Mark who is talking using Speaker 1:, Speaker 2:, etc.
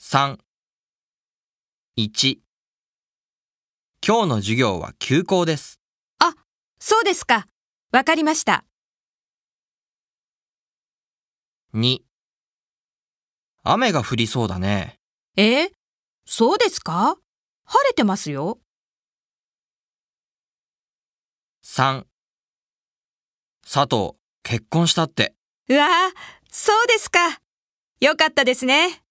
Speaker 1: 3、1今日の授業は休校です。
Speaker 2: そうですか。わかりました。
Speaker 1: 2雨が降りそうだね。
Speaker 2: えそうですか晴れてますよ。
Speaker 1: 3佐藤、結婚したって。
Speaker 2: うわあ、そうですか。よかったですね。